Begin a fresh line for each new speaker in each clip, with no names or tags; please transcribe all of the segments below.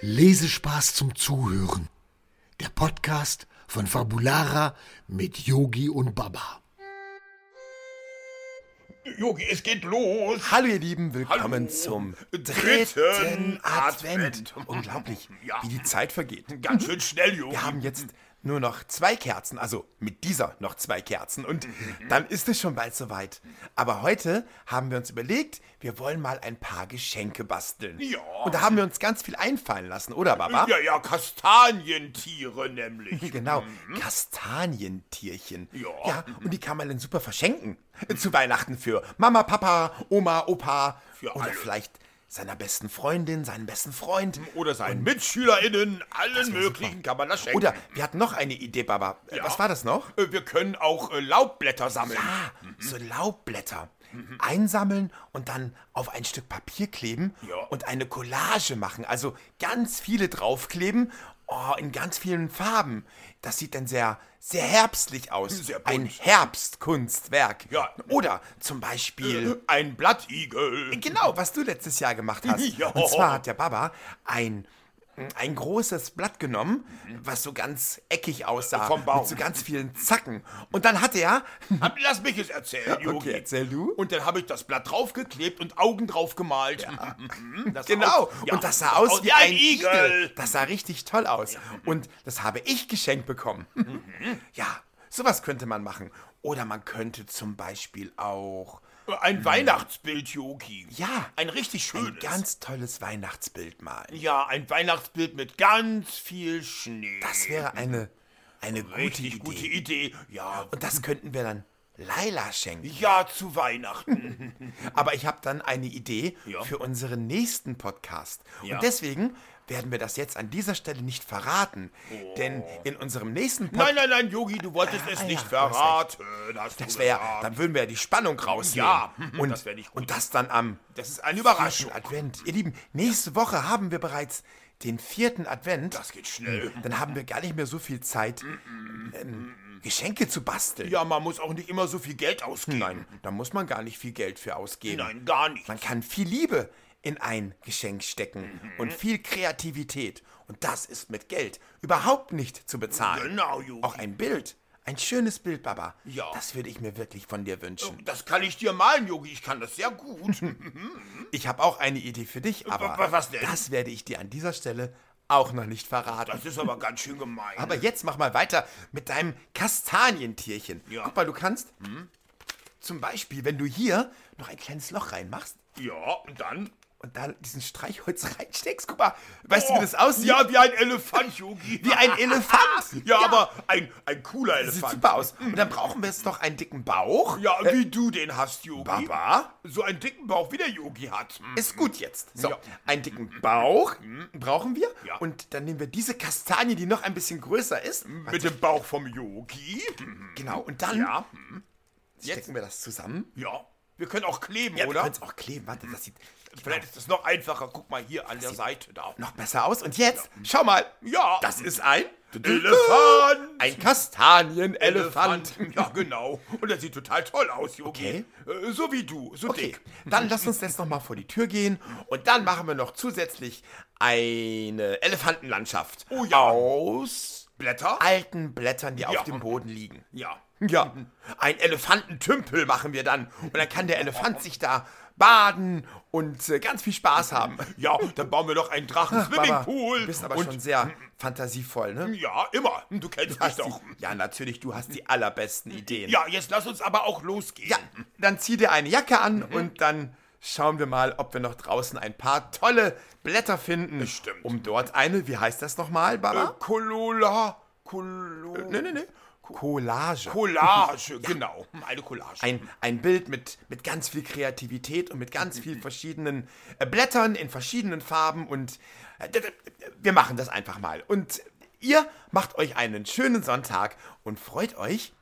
Lesespaß zum Zuhören. Der Podcast von Fabulara mit Yogi und Baba.
Yogi, es geht los.
Hallo ihr Lieben, willkommen zum dritten
Dritten
Advent.
Advent.
Unglaublich,
Ja.
wie die Zeit vergeht.
Ganz schön schnell, Yogi.
Mhm. Wir haben jetzt nur noch zwei Kerzen, also mit dieser noch zwei Kerzen und
Mhm.
dann ist es schon bald soweit. Aber heute haben wir uns überlegt, wir wollen mal ein paar Geschenke basteln.
Ja.
Und da haben wir uns ganz viel einfallen lassen, oder Baba?
ja, ja, Kastanientiere nämlich.
Genau, Kastanientierchen.
Mhm. Ja.
ja. Und die kann man dann super verschenken. Äh, Zu Weihnachten für Mama, Papa, Oma, Opa.
Für
oder
alle.
vielleicht seiner besten Freundin, seinen besten Freund.
Oder seinen MitschülerInnen, allen möglichen kann man das schenken.
Oder wir hatten noch eine Idee, Baba. Äh,
Ja.
Was war das noch?
Äh, Wir können auch äh, Laubblätter sammeln.
Ah, so Laubblätter. Einsammeln und dann auf ein Stück Papier kleben
Ja.
und eine Collage machen. Also ganz viele draufkleben oh, in ganz vielen Farben. Das sieht dann sehr, sehr herbstlich aus.
Sehr bunt.
ein Herbstkunstwerk.
Ja. Äh,
Oder zum Beispiel.
Ein Blattigel.
Genau, was du letztes Jahr gemacht hast.
äh. Ja.
Und zwar hat der Baba ein, ein großes Blatt genommen, was so ganz eckig aussah.
Vom Baum.
Mit so ganz vielen Zacken. Und dann hat er
Hab- Lass mich es erzählen, Yogi.
Okay, erzähl du.
Und dann habe ich das Blatt draufgeklebt und Augen drauf gemalt. Mhm, Das
Genau.
auch- ja,
Und das sah aus
auch-
wie
ja,
ein Igel. Das sah richtig toll aus. Und das habe ich geschenkt bekommen.
Mhm.
Ja, sowas könnte man machen. Oder man könnte zum Beispiel auch
Äh, Ein Weihnachtsbild, Yogi.
Mhm. Ja.
Ein richtig schönes.
ein ganz tolles Weihnachtsbild malen.
ja, ein Weihnachtsbild mit ganz viel Schnee.
Das wäre eine, eine gute
Mhm. richtig
Idee.
gute Idee. Ja.
Und das könnten wir dann Laila schenken.
Ja, zu Weihnachten.
Aber ich habe dann eine Idee
Ja.
für unseren nächsten Podcast.
Ja.
Und deswegen werden wir das jetzt an dieser Stelle nicht verraten. Denn
Oh.
in unserem nächsten Podcast.
Nein, nein, nein, Yogi, du wolltest
Ah,
es
ja,
nicht
du hast
verraten. hast du
Das wäre ja,
gesagt.
dann würden wir ja die Spannung rausnehmen.
Ja, hm,
und,
das wär nicht gut.
Und das dann am
Das ist eine Überraschung.
vierten Advent. Ihr Lieben, nächste Woche haben wir bereits den vierten Advent. Hm.
Das geht schnell. Mm,
Dann haben wir gar nicht mehr so viel Zeit, ähm, Geschenke zu basteln.
Ja, man muss auch nicht immer so viel Geld ausgeben.
Nein, da muss man gar nicht viel Geld für ausgeben.
Nein, gar nicht.
Man kann viel Liebe in ein Geschenk stecken
Mhm.
und viel Kreativität. Und das ist mit Geld überhaupt nicht zu bezahlen.
Genau, Yogi.
Auch ein Bild. Ein schönes Bild, Baba.
Ja.
Das würde ich mir wirklich von dir wünschen.
Das kann ich dir malen, Yogi. Ich kann das sehr gut.
Ich habe auch eine Idee für dich, aber
wa- was denn?
das werde ich dir an dieser Stelle auch noch nicht verraten.
Das ist aber ganz schön gemein.
aber jetzt mach mal weiter mit deinem Kastanientierchen.
Ja. Hm?
Guck mal, du kannst zum Beispiel, wenn du hier noch ein kleines Loch reinmachst,
ja, und dann?
und da diesen Streichholz reinsteckst, guck mal, weißt du,
Oh,
wie das aussieht?
Ja, wie ein Elefant, Yogi.
Wie ein Elefant.
Ja, aber ein, ein cooler
Das sieht
Elefant.
super aus. Und dann brauchen wir jetzt noch einen dicken Bauch. Äh,
Ja, genau. wie du den hast, Yogi.
Baba?
So einen dicken Bauch, wie der Yogi hat. Hm.
Ist gut jetzt. So,
Ja. Hm?
einen dicken Bauch brauchen wir.
Ja.
Und dann nehmen wir diese Kastanie, die noch ein bisschen größer ist.
Mit dem Bauch vom Yogi. Hm,
Genau. Und dann
Ja.
stecken wir das zusammen.
Ja. Wir können auch kleben,
Ja, wir
oder?
können es auch kleben. Warte, das sieht
Vielleicht ist das noch einfacher. Guck mal hier an der Seite da.
noch besser aus. Und jetzt, schau mal.
Ja.
Das ist ein
Elefant!
Ein Kastanienelefant.
Ja, genau. Und er sieht total toll aus, Yogi. Äh, So wie du, so
Okay,
dick.
dann lass uns jetzt nochmal vor die Tür gehen und dann machen wir noch zusätzlich eine Elefantenlandschaft
Oh ja.
aus
Blätter?
alten Blättern, die
Ja.
auf dem Boden liegen.
Ja.
Ja, ein Elefantentümpel machen wir dann und dann kann der Elefant sich da baden und äh, ganz viel Spaß haben.
Ja, dann bauen wir doch einen
Baba,
Drachen-Swimmingpool.
du bist aber
Und-
schon sehr fantasievoll, ne?
Ja, immer. Du kennst mich
Hast
doch.
die, ja, natürlich, du hast die allerbesten Ideen.
Ja, jetzt lass uns aber auch losgehen.
Ja, dann zieh dir eine Jacke an und dann schauen wir mal, ob wir noch draußen ein paar tolle Blätter finden.
stimmt.
Um dort eine, wie heißt das nochmal, Baba?
Kolola. Kolo.
nee, nee, nee. Äh, Collage.
Collage, genau. Eine Collage.
ein, ein Bild mit, mit ganz viel Kreativität und mit ganz viel verschiedenen äh, Blättern in verschiedenen Farben und äh, d- d- wir machen das einfach mal. Und ihr macht euch einen schönen Sonntag und freut euch,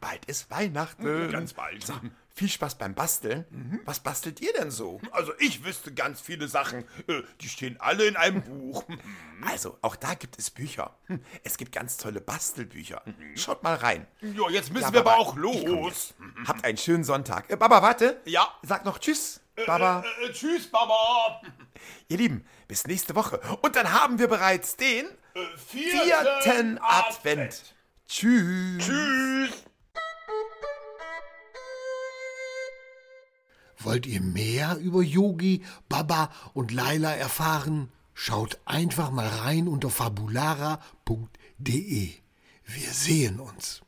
bald ist Weihnachten.
Mhm, Ganz bald. Mhm.
Viel Spaß beim Basteln. Was bastelt ihr denn so?
Also ich wüsste ganz viele Sachen. Äh, Die stehen alle in einem Buch.
Also, auch da gibt es Bücher. Hm, Es gibt ganz tolle Bastelbücher.
Mhm.
Schaut mal rein.
Ja, jetzt müssen
Ja,
wir aber
Baba,
auch
ich komm
los.
jetzt. Habt einen schönen Sonntag. Äh, Baba, warte.
Ja.
Sag noch Tschüss, Baba.
Äh, äh, tschüss, Baba.
Ihr Lieben, bis nächste Woche. Und dann haben wir bereits den
Äh, Vierten
vierten Advent.
Advent.
Tschüss.
Tschüss.
Wollt ihr mehr über Yogi, Baba und Laila erfahren? Schaut einfach mal rein unter fabulara.de. Wir sehen uns.